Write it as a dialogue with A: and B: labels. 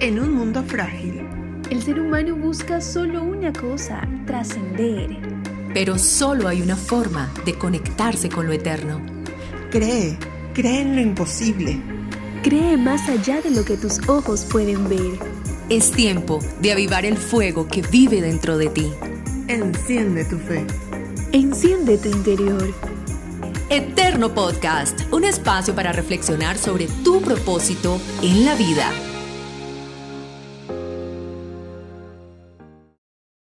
A: en un mundo frágil.
B: El ser humano busca solo una cosa, trascender.
C: Pero solo hay una forma de conectarse con lo eterno.
A: Cree, cree en lo imposible.
B: Cree más allá de lo que tus ojos pueden ver.
C: Es tiempo de avivar el fuego que vive dentro de ti.
A: Enciende tu fe.
B: Enciende tu interior.
C: Eterno Podcast, un espacio para reflexionar sobre tu propósito en la vida.